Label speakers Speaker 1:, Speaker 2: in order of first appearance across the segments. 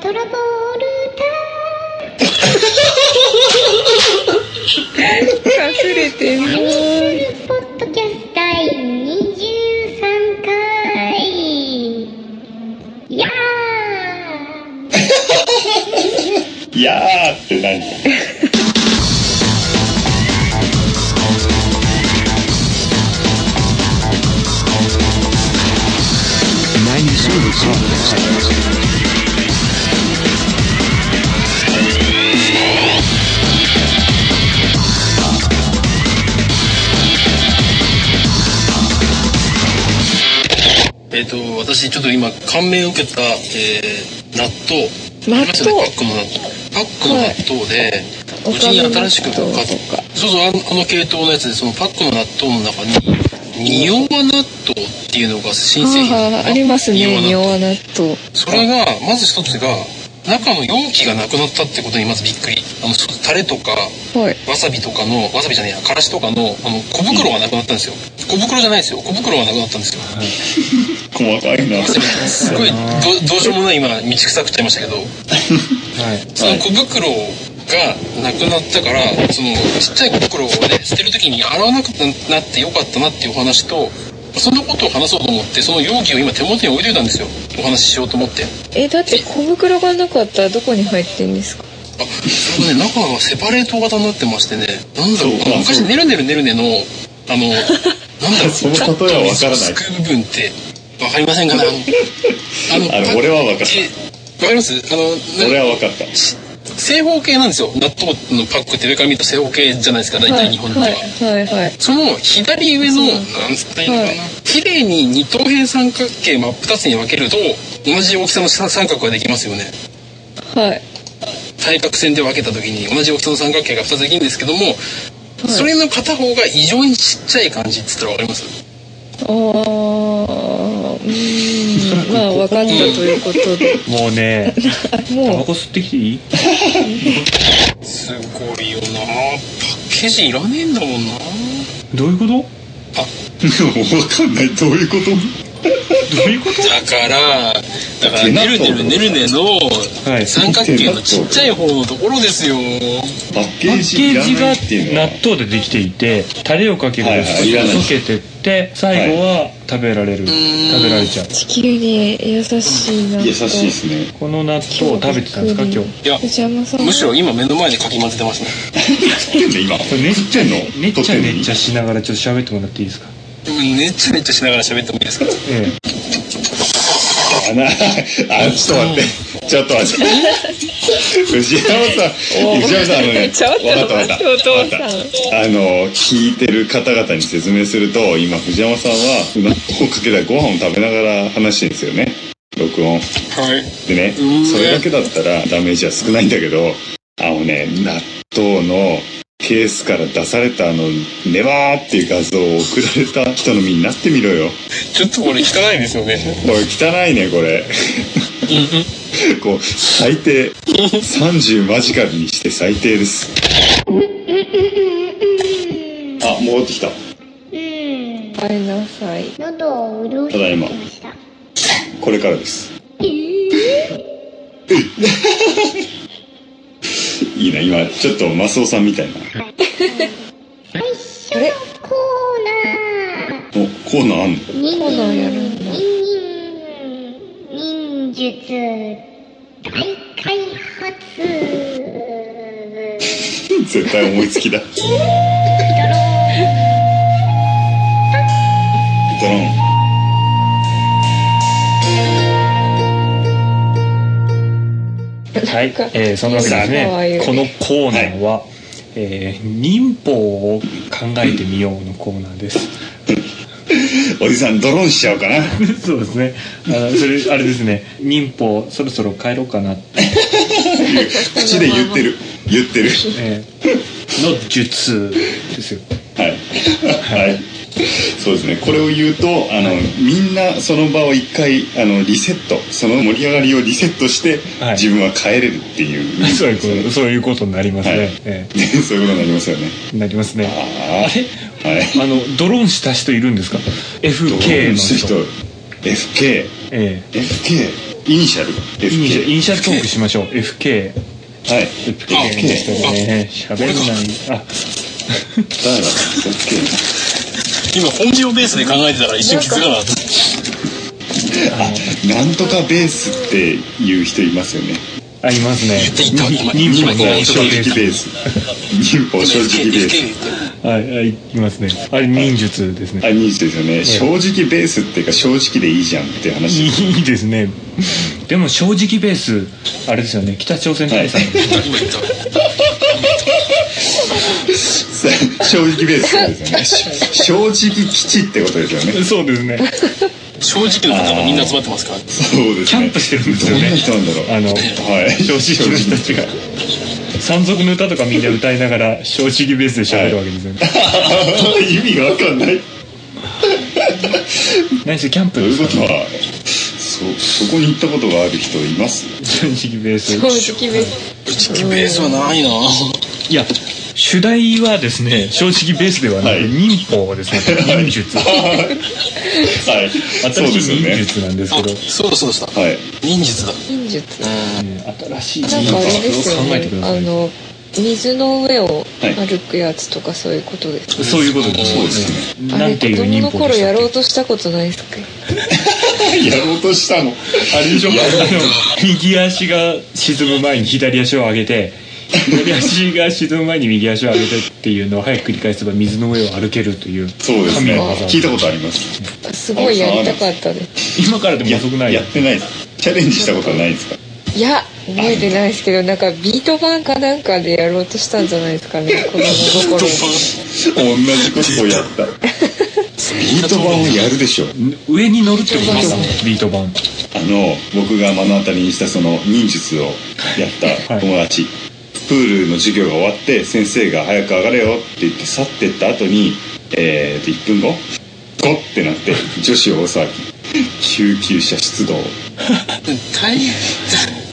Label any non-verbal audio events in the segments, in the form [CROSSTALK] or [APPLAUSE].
Speaker 1: トラボール
Speaker 2: かすれてん
Speaker 1: タイムシ
Speaker 2: の。
Speaker 1: ュルポッドキャスト第23回いや
Speaker 3: いやーって何
Speaker 4: えっ、と、私、ちょっと今、感銘を受けた、えー、納豆。
Speaker 2: 納豆
Speaker 4: ありましたね、パックの納豆。パックの納豆で、
Speaker 2: お
Speaker 4: うちに
Speaker 2: かず納
Speaker 4: 新しく買っ
Speaker 2: 豆
Speaker 4: た。
Speaker 2: とか。
Speaker 4: そうそう、あのあの系統のやつで、そのパックの納豆の中に、匂わ納豆っていうのが新製品なの
Speaker 2: あ
Speaker 4: か
Speaker 2: あ、
Speaker 4: な
Speaker 2: あります [LAUGHS] ね。
Speaker 4: 匂
Speaker 2: 匂
Speaker 4: わ納
Speaker 2: わ納豆。
Speaker 4: 豆それが、まず一つが、中の容器がなくなったってことにまずびっくり。あの、そタレとか、
Speaker 2: はい。
Speaker 4: わさびとかの、わさびじゃねえや、からしとかの、あの、小袋がなくなったんですよ。小袋じゃないですよ。小袋がなくなったんですよ。
Speaker 3: 細かいな。
Speaker 4: すごいどどうしようもない今道腐くっちゃいましたけど、その小袋がなくなったからそのちっちゃい小袋をね捨てる時に洗わなくなってよかったなっていうお話とそのことを話そうと思ってその容器を今手元に置いといたんですよお話ししようと思って
Speaker 2: え、だって小袋がなかったらどこに入ってんですか
Speaker 4: あそれがね中はセパレート型になってましてねなんだろう
Speaker 3: そう
Speaker 4: あの昔「ねるねるねるね」のあ
Speaker 3: [LAUGHS]
Speaker 4: のなんだろう
Speaker 3: その例えはわからない
Speaker 4: ちょっとすくう部分ってわかりません
Speaker 3: [LAUGHS]
Speaker 4: かねあの
Speaker 3: あの、俺は分かっ
Speaker 4: えわかりますあの
Speaker 3: た。
Speaker 4: な
Speaker 3: 俺は分かった。
Speaker 4: 正方形なんですよ納豆のパックって上から見ると正方形じゃないですか大
Speaker 2: はい。
Speaker 4: 体日本では、
Speaker 2: はい。はい。はい。
Speaker 4: その左上のなんつったらいいのかな、
Speaker 2: はい
Speaker 4: 綺麗に二等辺三角形真っ二つに分けると同じ大きさの三三角ができますよね
Speaker 2: はい。
Speaker 4: 対角線で分けた時に同じ大きさの三角形が2つできるんですけども、それの片方が異常にちっちゃい感じっつったら分かります
Speaker 2: あーうーんまあ分かったということで
Speaker 5: もうね、タバ
Speaker 2: も
Speaker 5: コ吸ってきていい
Speaker 4: すごいよなパッケージいらねえんだもんな
Speaker 5: どういうことど
Speaker 3: [LAUGHS] 分かんない。どういうこと
Speaker 5: ういうこと
Speaker 4: だから、だから、ねるねるねるねの
Speaker 5: い
Speaker 4: 三角形のちっちゃい方のところですよ。
Speaker 3: パッケ
Speaker 5: パ
Speaker 3: ー
Speaker 5: ッ
Speaker 3: ジ
Speaker 5: ケ
Speaker 3: い
Speaker 5: ー
Speaker 3: ら
Speaker 5: ジ
Speaker 3: ないっていうの
Speaker 5: が
Speaker 3: は
Speaker 5: 納。豆でできていてタレをかける
Speaker 3: はいはいいらない
Speaker 5: と溶けてって最後は食べられる
Speaker 4: ん
Speaker 5: 食べられちゃう
Speaker 2: 地球に優しいな
Speaker 3: 優しいですね。
Speaker 5: この納豆を食べてたんですか今日
Speaker 4: いや、
Speaker 2: 藤山さん
Speaker 4: むしろ今目の前でかき混ぜてますね。
Speaker 3: 撮ってんの今。
Speaker 5: これねっ
Speaker 3: 撮ってんの
Speaker 5: ねっ
Speaker 3: 撮っ
Speaker 5: ちゃ
Speaker 3: てんの
Speaker 5: ねっちゃしながらちょっと喋ってもらっていいですか
Speaker 4: うんねっちゃねっちゃしながら喋ってもいいですか
Speaker 5: え
Speaker 3: あなあ、ちょっと待って。ちょっと待って。藤山さん、藤山さん、あのね、
Speaker 2: [LAUGHS] ちょっと
Speaker 3: 分かった分かっ
Speaker 2: 待
Speaker 3: た。
Speaker 2: って
Speaker 3: 分
Speaker 2: お父
Speaker 3: かったあの、聞いてる方々に説明すると、今、藤山さんは、納豆をかけたご飯を食べながら話してるんですよね。録音。
Speaker 4: はい。
Speaker 3: でね
Speaker 4: うん、
Speaker 3: それだけだったらダメージは少ないんだけど、あのね、納豆のケースから出されたあの、ネバーっていう画像を送られた人の身になってみろよ。
Speaker 4: ちょっとこれ汚いですよね。
Speaker 3: これ汚いね、これ。 [LAUGHS] こう、最低。30マジカルにして最低です。あ、戻ってきた。
Speaker 1: ー
Speaker 2: ごめんなさい
Speaker 1: うん喉を潤してきました
Speaker 3: これからです。いいな、今、ちょっとマスオさんみたいな。
Speaker 1: 最初のコーナー
Speaker 3: お、コーナーあんの
Speaker 1: 忍
Speaker 2: コーナーやるんだ
Speaker 1: 忍忍術大開発
Speaker 3: 絶対思いつきだ。ドローン。
Speaker 5: えはいえーそんなわけです
Speaker 2: かわい
Speaker 5: ね
Speaker 2: い
Speaker 5: このコーナーはえー忍法を考えてみようのコーナーです
Speaker 3: おじさんドローンしちゃおうかな。
Speaker 5: [LAUGHS] そうですねあのそれあれですね忍法そろそろ帰ろうかなって [LAUGHS]
Speaker 3: 口で言ってる。言ってる。
Speaker 5: えーの術ですよ
Speaker 3: はい。はい。そうですね。これを言うと、あの、みんなその場を一回、あの、リセット。その盛り上がりをリセットして、
Speaker 5: はい
Speaker 3: 自分は帰れるっていう。
Speaker 5: そういうことそういうことになりますね、
Speaker 3: はい
Speaker 5: え
Speaker 3: [LAUGHS] そういうことになりますよね。
Speaker 5: えなりますね
Speaker 3: あ
Speaker 5: あれ
Speaker 3: あ。はい。
Speaker 5: あのドローンした人いるんですか FK の人
Speaker 3: ドローンした人。FK。
Speaker 5: え
Speaker 3: FK。イニシャルが
Speaker 5: イニシャルイ
Speaker 3: FK
Speaker 5: ニシャルトークしましょう FK
Speaker 3: はい
Speaker 5: FK でしたね喋れないあ
Speaker 3: 誰だ FK
Speaker 4: 今本字をベースで考えてたから一瞬気づかなかった
Speaker 3: なんとかベースっていう人いますよね
Speaker 5: ありますね
Speaker 4: 言った言った
Speaker 5: に
Speaker 4: 今
Speaker 5: 忍法
Speaker 3: 忍法
Speaker 5: の
Speaker 3: 正
Speaker 5: 正
Speaker 3: 直
Speaker 5: 直
Speaker 3: ベース忍法正直ベ
Speaker 4: FK
Speaker 3: ース
Speaker 4: 言って
Speaker 5: はいはいいますねあれ忍術ですね
Speaker 3: あ忍者ですよね正直ベースっていうか正直でいいじゃんっていう話です
Speaker 5: いいですねでも正直ベースあれですよね北朝鮮 [LAUGHS] 大佐の
Speaker 4: 今言った
Speaker 3: 正直ベースってことですよねし正直基地ってことですよね
Speaker 5: そうですね
Speaker 4: 正直な方がみんな集まってますから
Speaker 3: そうですね
Speaker 5: キャンプしてるんですよね
Speaker 3: どんな人なんだろう
Speaker 5: あの
Speaker 3: はい
Speaker 5: 正直な人たちが山賊の歌とかみんな歌いながら正直ベースで喋るわけですよね、
Speaker 3: 意味がわかんない
Speaker 5: 何せキャンプ
Speaker 3: と
Speaker 5: で
Speaker 3: いう
Speaker 5: すか
Speaker 3: こ
Speaker 5: ら
Speaker 3: とはそそこに行ったことがある人います
Speaker 5: 正直ベース
Speaker 2: 正直です。
Speaker 4: 正直ベースはないない
Speaker 5: や主題はですね正直ベースではなく、
Speaker 3: はい
Speaker 5: 忍法ですね忍 [LAUGHS] 術
Speaker 3: はいそう
Speaker 5: 新
Speaker 3: で
Speaker 5: し
Speaker 3: す
Speaker 5: い忍
Speaker 3: よね
Speaker 5: 術なんですけ
Speaker 4: あ
Speaker 5: ど、
Speaker 4: そうだそうだそうだ
Speaker 3: はい
Speaker 4: 忍術だ
Speaker 2: [LAUGHS] 忍術。
Speaker 5: 新しい
Speaker 2: なん
Speaker 5: 忍
Speaker 2: かあれで
Speaker 5: 術
Speaker 2: す
Speaker 5: を
Speaker 2: よ
Speaker 5: 考えてく
Speaker 2: ね。
Speaker 5: ださ
Speaker 2: あ
Speaker 5: い
Speaker 2: の水の上を
Speaker 3: はい
Speaker 2: 歩くやつとかそういうことです。
Speaker 5: そういうことです
Speaker 4: そうです
Speaker 5: ね
Speaker 2: あ
Speaker 5: な
Speaker 2: れ
Speaker 5: んて
Speaker 2: 子
Speaker 5: いう
Speaker 2: 供
Speaker 5: 忍
Speaker 2: の
Speaker 5: 法
Speaker 2: 頃
Speaker 5: でした
Speaker 2: や
Speaker 5: っけ
Speaker 2: ろうとしたことないですか。
Speaker 3: やろうとしたの
Speaker 5: あれでしょあの右足が沈む前に左足を上げて左足が沈む前に右足を上げてっていうのを早く繰り返せば水の上を歩けるという
Speaker 3: そうですね
Speaker 5: 神の技
Speaker 3: 聞いたことあります
Speaker 2: すごいやりたかったです。
Speaker 5: 今からでも遅くない
Speaker 3: やってないですチャレンジしたことはないですか
Speaker 2: いや覚えてないですけどなんかビート板かなんかでやろうとしたんじゃないですかね子供の
Speaker 5: [LAUGHS]
Speaker 2: 頃。
Speaker 3: 同じことをやったビート板をやるでしょ
Speaker 5: 上に乗るってことですかビート板
Speaker 3: あの僕が目の当たりにしたその忍術をやった友達、プールの授業が終わって先生が「早く上がれよ」って言って去ってった後にえー、と1分後ゴッてなって女子大騒ぎ救急車出動
Speaker 4: 大変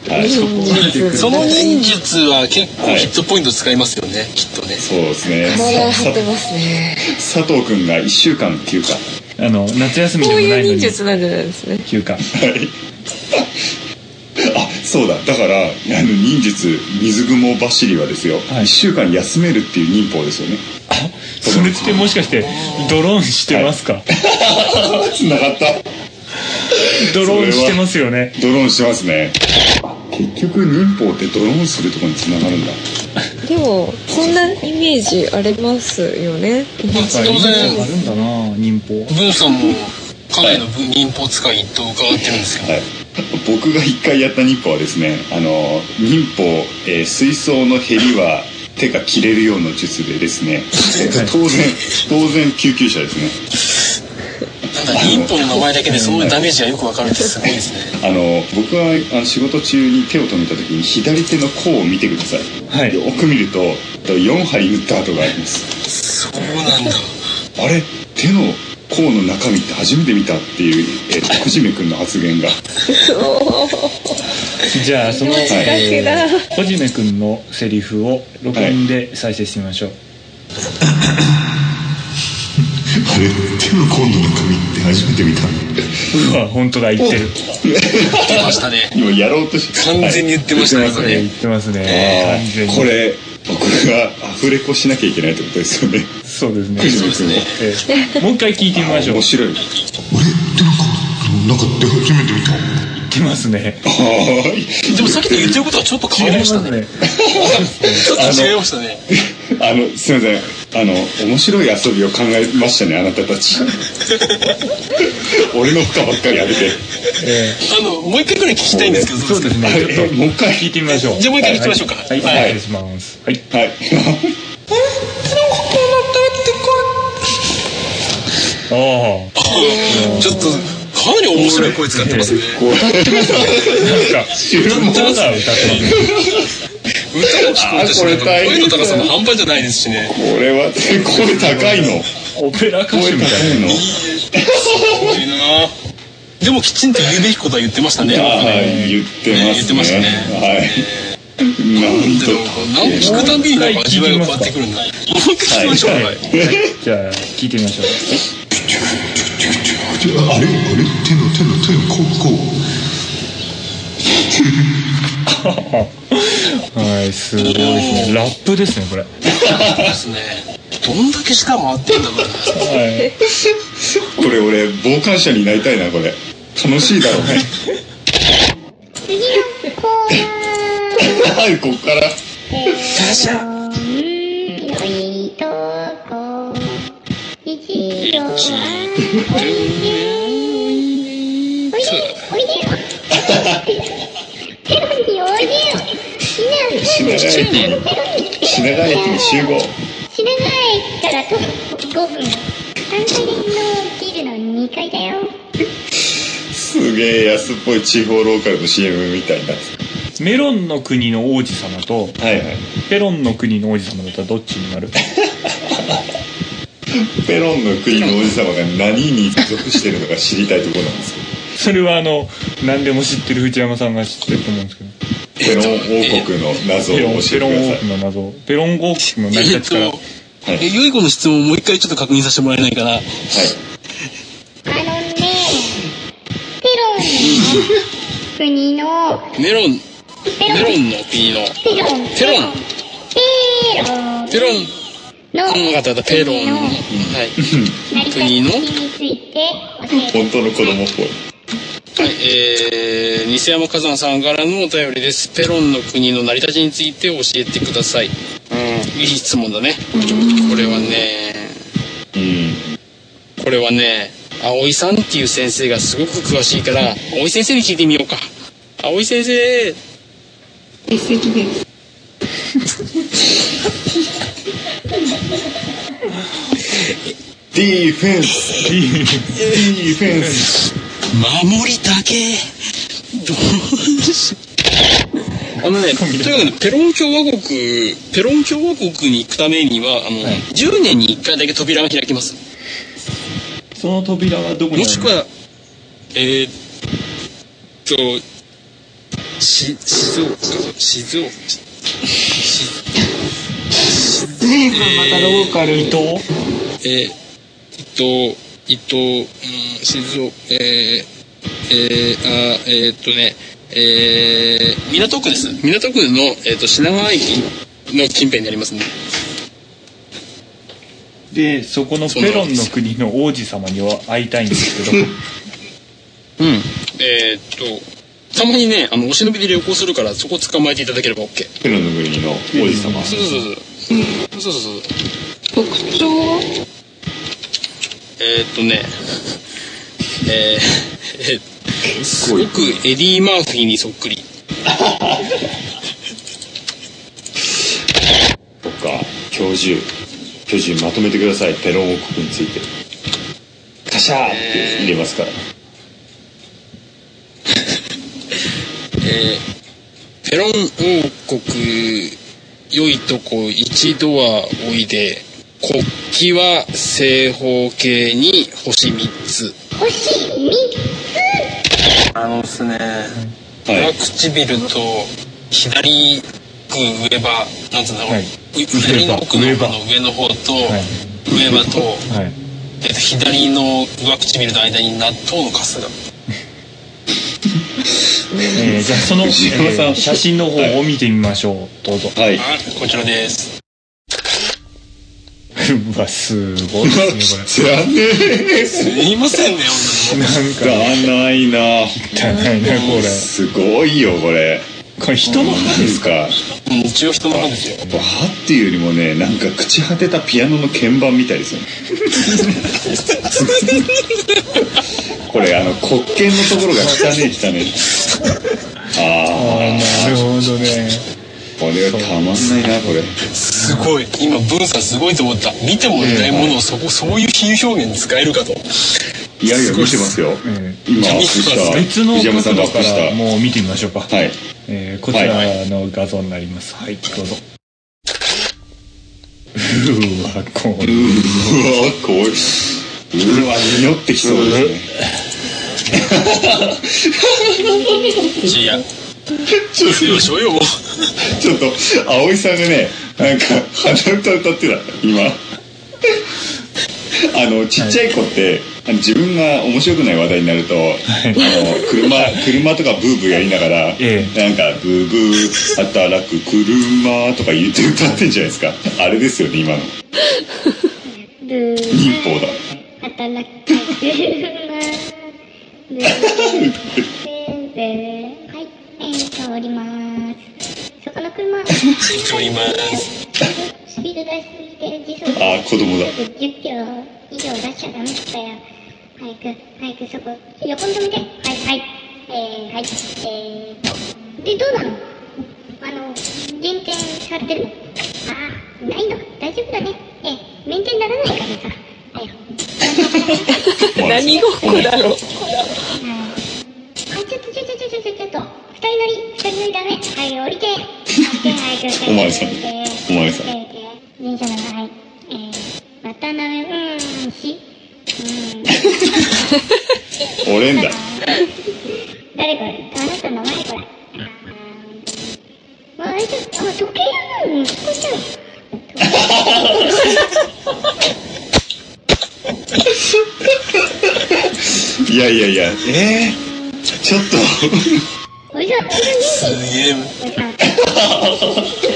Speaker 3: はいそう
Speaker 4: その忍術は結構ヒットポイント使いますよね、きっとね
Speaker 3: ですね
Speaker 2: 体張
Speaker 3: さ
Speaker 2: ってますね。
Speaker 3: さ佐藤君が1週間休暇
Speaker 5: あの夏休みで
Speaker 2: こ
Speaker 5: も
Speaker 2: う
Speaker 5: ないいうの
Speaker 2: 忍
Speaker 5: に
Speaker 2: 術なんじゃないですね。
Speaker 5: 休暇
Speaker 3: あそうだだからあの忍術水雲走りはですよ、
Speaker 5: はい
Speaker 3: 1週間休めるっていう忍法ですよね
Speaker 5: それってもしかしてドローンしてますか、
Speaker 3: あつながった
Speaker 5: ドローンしてますよね
Speaker 3: ドローンしてますね結局忍法ってドローンするとこにつながるんだ
Speaker 2: でもそんなイメージありますよ
Speaker 5: [LAUGHS]
Speaker 2: ね。
Speaker 4: 当然
Speaker 5: あるんだな忍法
Speaker 4: 文さんもかなりの文忍法使いと伺ってるんですけど、
Speaker 3: はい僕が一回やった忍法はですねあの忍法、えー水槽のヘりは手が切れるような術でですね
Speaker 5: はい
Speaker 3: 当然当然救急車ですね
Speaker 4: なんだ忍法の名前だけでそのダメージがよくわかるってすごいですね
Speaker 3: あの僕はあの仕事中に手を止めた時に左手の甲を見てください、
Speaker 5: はい
Speaker 3: よく見ると4針打った跡があります
Speaker 4: そうなんだ
Speaker 3: あれ手の甲の中身って初めて見たっていう、えー、徳島君の発言が
Speaker 5: じゃあその
Speaker 2: 近くだ。
Speaker 5: 小じめくんのセリフを録音で再生してみましょう、
Speaker 6: あれ手の今度の髪って初めて見た
Speaker 5: うわ本当だ言ってる
Speaker 4: 出ましたね
Speaker 3: 今やろうとし
Speaker 4: 完全に言ってましたね
Speaker 3: はい
Speaker 4: これ
Speaker 5: 言ってます
Speaker 3: あ
Speaker 5: ね完全
Speaker 3: ー
Speaker 5: に
Speaker 3: これ僕がアフレコしなきゃいけないってことですよね
Speaker 5: そうですね
Speaker 4: そうですね
Speaker 5: えーもう一回聞いてみましょう
Speaker 3: 面
Speaker 5: 言
Speaker 3: 白い
Speaker 6: あれ手の今度の中って初めて見た
Speaker 5: ってますね
Speaker 3: あ
Speaker 4: でもさっきと言ってることはちょっと変わりましたね
Speaker 5: 違い
Speaker 4: ちょっと違いましたね
Speaker 3: ーあのすいませんあの面白い遊びを考えましたねあなた
Speaker 5: [LAUGHS]
Speaker 3: たち俺の負荷ばっかりやめて
Speaker 5: え
Speaker 4: あのもう一回ぐらい聞きたいんですけど
Speaker 5: ーそうですねちょっと
Speaker 3: もう一回
Speaker 5: 聞いてみましょう
Speaker 4: じゃあもう一回聞きましょうか
Speaker 5: はい、はい
Speaker 4: はい
Speaker 5: お願いしますはい
Speaker 3: はい
Speaker 5: [LAUGHS] ああ
Speaker 4: ちょっとかなり面白い声使ってますね
Speaker 5: なんか歌が歌ってますね
Speaker 4: 歌を聞こうとしてなんか声の高さも半端じゃないですしね
Speaker 3: これはこれ高いの
Speaker 5: オペラ歌
Speaker 3: これ
Speaker 5: 手みたい
Speaker 3: 高いの
Speaker 4: すごいなでもきちんと言うべきことは言ってましたね
Speaker 3: あー言って
Speaker 4: ね
Speaker 3: ま
Speaker 4: 言っ
Speaker 3: す
Speaker 4: てました
Speaker 3: ね
Speaker 4: ね
Speaker 3: はいなん
Speaker 4: でも
Speaker 3: と
Speaker 4: なんか聞くたんびになんか味わいが変わってくるんだもう一回聞きましょう
Speaker 5: な、はい、じゃあ聞いてみましょう
Speaker 6: あれあれ手の手の手のこうこう
Speaker 5: はいすごいですねラップですねこれ
Speaker 4: ですねどんだけ舌回ってんだろうな
Speaker 5: はい
Speaker 3: これ俺傍観者になりたいなこれ楽しいだろうね
Speaker 1: 次のコーナー。
Speaker 3: はいこっから
Speaker 1: 良いとこ。一度会いにおいで。おいでよ。ペロンにおいでよ。死なない。
Speaker 3: 品川駅に品川駅に集合
Speaker 1: 品川駅から徒歩5分。サントリーのビルの2階だよ。
Speaker 3: すげえ安っぽい地方ローカルの CM みたいな
Speaker 5: メロンの国の王子様と
Speaker 3: はいはい
Speaker 5: ペロンの国の王子様だったらどっちになる [LAUGHS]
Speaker 3: ペロンの国の王子様が何に属してるのか知りたいところなんです
Speaker 5: それはあの何でも知ってる藤山さんが知ってると思うんですけど
Speaker 3: けどペロン王国の謎を
Speaker 5: ペロン
Speaker 3: 教
Speaker 5: ペ
Speaker 3: えてく
Speaker 5: ロン
Speaker 3: だ
Speaker 5: 王
Speaker 3: さい
Speaker 5: 国の謎ペロン王国の成り
Speaker 4: えっ
Speaker 5: 立ち
Speaker 4: と
Speaker 5: から
Speaker 3: はい
Speaker 4: え良い子の質問をもう一回ちょっと確認させてもらえないかな
Speaker 1: あのね、ペロンの国の、
Speaker 4: メロン
Speaker 1: ペ
Speaker 4: メ
Speaker 1: ロ
Speaker 4: ロ
Speaker 1: ン、
Speaker 4: ンの国の
Speaker 1: ペロン、
Speaker 4: ペロン
Speaker 1: ペロン。
Speaker 4: ペロン
Speaker 1: の
Speaker 4: この方だペロンの、はい、
Speaker 1: 成り立ち
Speaker 4: 国の
Speaker 1: について教えて
Speaker 3: 本当の子供っぽい
Speaker 4: はい、えー、西山火山さんからのお便りです。ペロンの国の成り立ちについて教えてください。うん、いい質問だね。これはね、
Speaker 3: うん
Speaker 4: これはね、葵さんっていう先生がすごく詳しいから、葵先生に聞いてみようか。葵先生、
Speaker 7: 欠席です。
Speaker 3: ディフェンスディフェンス
Speaker 4: 守りだけ。どうしあの [LAUGHS] ね、とにかくねペロン共和国、ペロン共和国に行くためには、あの、10年に1回だけ扉が開きます。
Speaker 5: その扉はどこにあ
Speaker 4: もし
Speaker 5: る
Speaker 4: くは、えー、っと、し、静岡、静岡、し、
Speaker 7: 随分またローカル。
Speaker 5: 伊藤
Speaker 4: えー、伊藤、伊藤、うん、静岡、えー、えー、あー、えー、っとね、えー、港区です。港区の、えーっと、品川駅の近辺にありますね。
Speaker 5: でそこのペロンの国の王子様には会いたいんですけど
Speaker 4: うん。えー、っと、たまにね、あの、お忍びで旅行するから、そこ捕まえていただければ OK。
Speaker 3: ペロンの国の王子様
Speaker 4: そうそうそうそう。そうそうそう。
Speaker 7: 特徴は
Speaker 4: えー、っとね、えー、え [LAUGHS] ーすごくエディ・マーフィーにそっくり。
Speaker 3: とか教授教授まとめてくださいペロン王国についてカシャーって入れますから
Speaker 4: えー、ペロン王国、良いとこ一度はおいで、国旗は正方形に星三つ。
Speaker 1: 星3
Speaker 4: あのですね、
Speaker 3: は
Speaker 4: 裏
Speaker 3: い
Speaker 4: 唇と左上歯、なんつうんだろう、
Speaker 5: はいう
Speaker 4: 左の奥の
Speaker 5: 上
Speaker 4: 上
Speaker 5: 歯
Speaker 4: の上の方と、
Speaker 5: はい
Speaker 4: 上歯と、 [LAUGHS]
Speaker 5: はい
Speaker 4: えっと、左の上唇の間に納豆のカスが
Speaker 5: えーじゃあその、え
Speaker 3: 藤山さん
Speaker 5: ー写真の方を見てみましょう、どうぞ
Speaker 3: はい
Speaker 4: こちらです
Speaker 5: うわすごいですねこ
Speaker 3: [LAUGHS] 知らねえ
Speaker 4: すいませんね
Speaker 5: れなんか
Speaker 3: 知らないな
Speaker 5: 汚いなこれ
Speaker 3: すごいよこれ
Speaker 5: これ人の
Speaker 3: 何
Speaker 5: 歯
Speaker 3: で
Speaker 5: ですすか
Speaker 3: か
Speaker 4: 本当に一応人の歯ですよ
Speaker 3: 歯っていうよりもねなんか朽ち果てたピアノの鍵盤みたいですよ [LAUGHS] ねこれあの黒鍵のところが汚ねえ汚 [LAUGHS] ね
Speaker 5: あ
Speaker 3: えああ
Speaker 5: ーなるほどね
Speaker 3: これはたまんないなこれ
Speaker 4: すごい今文さんすごいと思った見てもいないものをそこそういう比喩表現使えるかと
Speaker 3: いやいや見てますよ
Speaker 5: え
Speaker 3: 今アップした
Speaker 5: 別の
Speaker 3: 藤山さん
Speaker 5: 角
Speaker 3: が
Speaker 5: 度か
Speaker 3: アップし
Speaker 5: ら
Speaker 3: た
Speaker 5: もう見てみましょうか、
Speaker 3: はい
Speaker 5: えーこちらの画像になりますはい、どうぞうわこ
Speaker 3: う
Speaker 5: れ
Speaker 3: わこううわ匂ってきそうですね
Speaker 4: いやよいしょよ
Speaker 3: ちょっと葵さんがねなんか [LAUGHS] 鼻歌歌ってた今あのちっちゃい子って、あの自分が面白くない話題になると、あの車車とかブーブーやりながら、
Speaker 5: え
Speaker 3: なんかブーブー働く車とか言って歌ってんじゃないですかあれですよね今の
Speaker 1: ブー
Speaker 3: 民法だ
Speaker 1: 働く車ブーブーはい、えー、通りますそこの車
Speaker 4: 通ります。
Speaker 1: スピード出しすぎて時速
Speaker 3: あー子供だ
Speaker 1: 10キロ以上出しちゃダメだよ早く早くそこ横に止めてはいはいえー、はいえー、とでどうなのあの減点されてるのああないの大丈夫だねえー、免点ならないからさはい
Speaker 3: まあ
Speaker 2: 何ごっこだろ
Speaker 1: はいち
Speaker 2: う [LAUGHS]
Speaker 1: ょっとちょっとちょっとちょっとちょっと二人乗り二人乗りダメはい降りてはいはいはい
Speaker 3: お前さんお前さん
Speaker 1: 電車のはいえー、渡辺うーんしうーん
Speaker 3: 俺んだ
Speaker 1: 誰これあなたの名前これあーもうあれじゃんあ時計屋なのこれじゃん
Speaker 3: いやいやいやえー、ちょっと
Speaker 1: おじさんおじさん元
Speaker 4: すげえ。
Speaker 1: 気おじさん最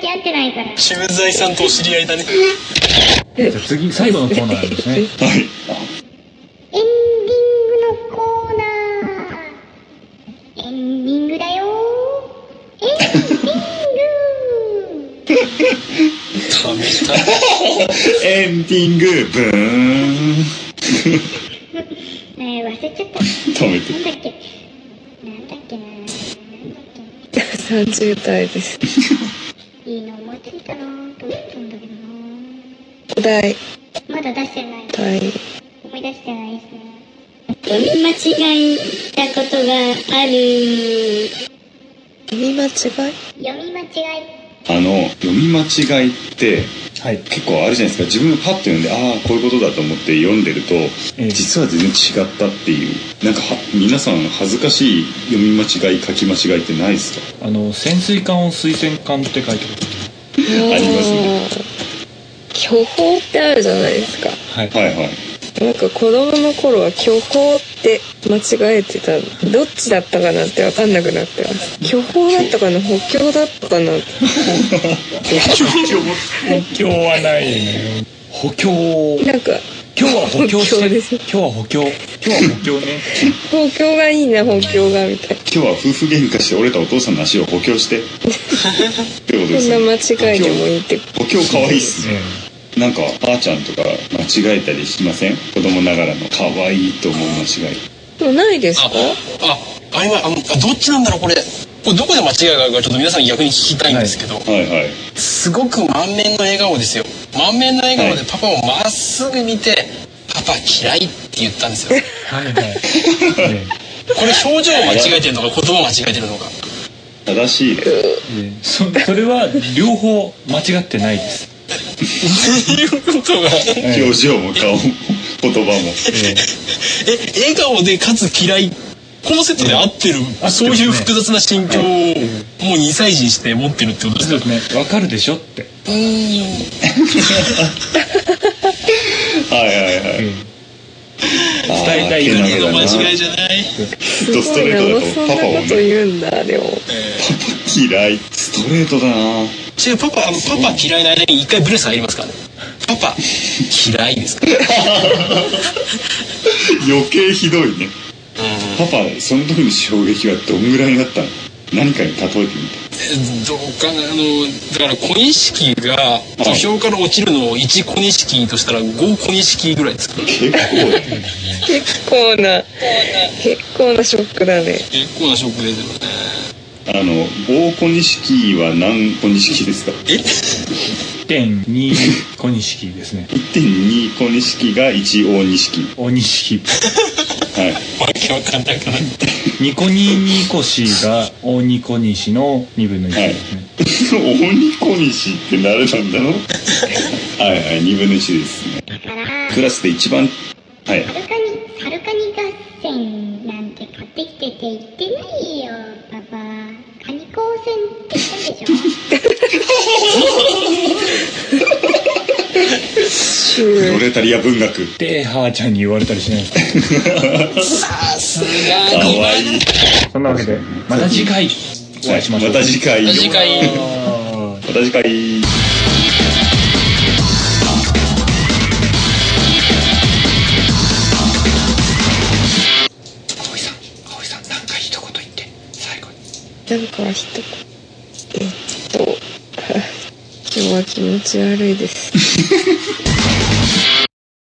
Speaker 1: 近会ってないから
Speaker 4: 渋沢さんとお知り合いだね。
Speaker 5: じゃあ次最後のコーナーですね
Speaker 3: はい
Speaker 1: エンディングのコーナーエンディングだよエンディング
Speaker 4: 食べた
Speaker 3: エンディングブーン
Speaker 1: ねえ忘れちゃった
Speaker 3: 止めて
Speaker 1: なんだっけなんだっけななんだっ
Speaker 2: 30代です
Speaker 1: けいいの思いついたなと思ったんだけど
Speaker 2: お題
Speaker 1: なまだ出してない
Speaker 2: 題
Speaker 1: 思い出してないですね読み間違えたことがある
Speaker 2: 読
Speaker 3: [LAUGHS]
Speaker 2: み間違い
Speaker 1: 読み間違え
Speaker 3: あの読み間違いって
Speaker 5: はい
Speaker 3: 結構あるじゃないですか自分がパッと読んでああこういうことだと思って読んでると、
Speaker 5: ええ
Speaker 3: 実は全然違ったっていうなんかは皆さん恥ずかしい読み間違い書き間違いってないですか
Speaker 5: あの潜水艦を水戦艦って書いてあ
Speaker 3: ありますね
Speaker 2: 巨峰ってあるじゃないですか
Speaker 5: るはい
Speaker 3: はいはい
Speaker 2: なんか子供の頃は巨峰って間違えてたどっちだったかなって分かんなくなってます巨峰だったかな補強だったかな
Speaker 5: 補強はないね補強
Speaker 2: なんか
Speaker 5: 今日は補強し
Speaker 2: 補強
Speaker 5: て
Speaker 2: です
Speaker 5: 今日は補強今日は補強ね
Speaker 2: 補強がいいな補強がみたいな
Speaker 3: 今日は夫婦喧嘩して折れたお父さんの足を補強し
Speaker 2: [LAUGHS]
Speaker 3: てってことで
Speaker 2: こん
Speaker 3: す
Speaker 2: な
Speaker 3: ね
Speaker 2: 間違いでもいいって
Speaker 3: 補強可愛いっすね
Speaker 5: え
Speaker 3: なんかばあちゃんとか間違えたりしません子供ながらの可愛いと思う間違い
Speaker 2: でもないですか
Speaker 4: あ、あれは、あのあどっちなんだろう、これ。これどこで間違いがあるか、ちょっと皆さん逆に聞きたいんですけど、
Speaker 3: はいはい
Speaker 4: すごく満面の笑顔ですよ。満面の笑顔でパパをまっすぐ見て、パパ嫌いって言ったんですよ。
Speaker 5: えはいはいえ
Speaker 4: これ表情を間違えてるのか、言葉を間違えてるのか。
Speaker 3: 正しいね
Speaker 5: えええそそれは両方間違ってないです
Speaker 4: っていうことが、
Speaker 5: え
Speaker 3: 表情も顔も言葉も
Speaker 5: え
Speaker 4: [LAUGHS] え、笑顔でかつ嫌い。このセットで合ってる、
Speaker 5: うん
Speaker 4: そういう複雑な心境を、もう2歳児にして持ってるってことです
Speaker 5: そ
Speaker 4: か
Speaker 5: うですねわかるでしょって
Speaker 3: はいはいはい
Speaker 5: ええ
Speaker 3: 伝
Speaker 5: えたい
Speaker 4: 何
Speaker 5: け
Speaker 4: の間
Speaker 5: ど
Speaker 4: 違いじゃない。
Speaker 2: す
Speaker 3: ドス
Speaker 2: ご
Speaker 3: ト
Speaker 2: い
Speaker 3: レ
Speaker 2: な
Speaker 3: ートだと
Speaker 2: そんなこと言うんだでも
Speaker 3: 嫌いストレートだな
Speaker 4: 違う、パパ、あのパパ嫌いな間に一回ブレス入りますからね。パパ、嫌い [LAUGHS] ですか
Speaker 3: 余計ひどいねパパその時の衝撃はどんぐらいだったの何かに例えてみ
Speaker 4: どうかなあのだから小錦が土俵から落ちるのを1小錦としたら5小錦ぐらいですか
Speaker 3: た結構だね
Speaker 2: 結構な結構なショックだね
Speaker 4: 結構なショックですよね
Speaker 3: あの棒小錦は何小錦ですか
Speaker 4: え
Speaker 5: 1.2小錦ですね
Speaker 3: 1.2小錦が1大錦
Speaker 5: お錦
Speaker 3: はい [LAUGHS]
Speaker 4: わけわかんなくなっ
Speaker 5: ニコニニコシが大ニコニシの2分の1ですね、
Speaker 3: 鬼小西って誰なん
Speaker 5: [LAUGHS]
Speaker 3: だろうはいはい2分の1ですね
Speaker 1: たから
Speaker 3: クラスで一番はい
Speaker 1: はるかに、はるかに合戦なんて買ってきてって言ってないよ、パパ。カニ光線って言ったでしょ
Speaker 3: ひ
Speaker 2: 週
Speaker 3: ロレタリア文学
Speaker 5: ではーちゃんに言われたりしないです
Speaker 3: かわいい
Speaker 5: かそんなわけでまた次回お会いしましょう、
Speaker 3: また次回
Speaker 4: 次回
Speaker 5: あ
Speaker 3: また次回
Speaker 5: ー葵さん葵さんなんか一言言って最後に
Speaker 2: なんか一言 [LAUGHS] えっと今日は気持ち悪いです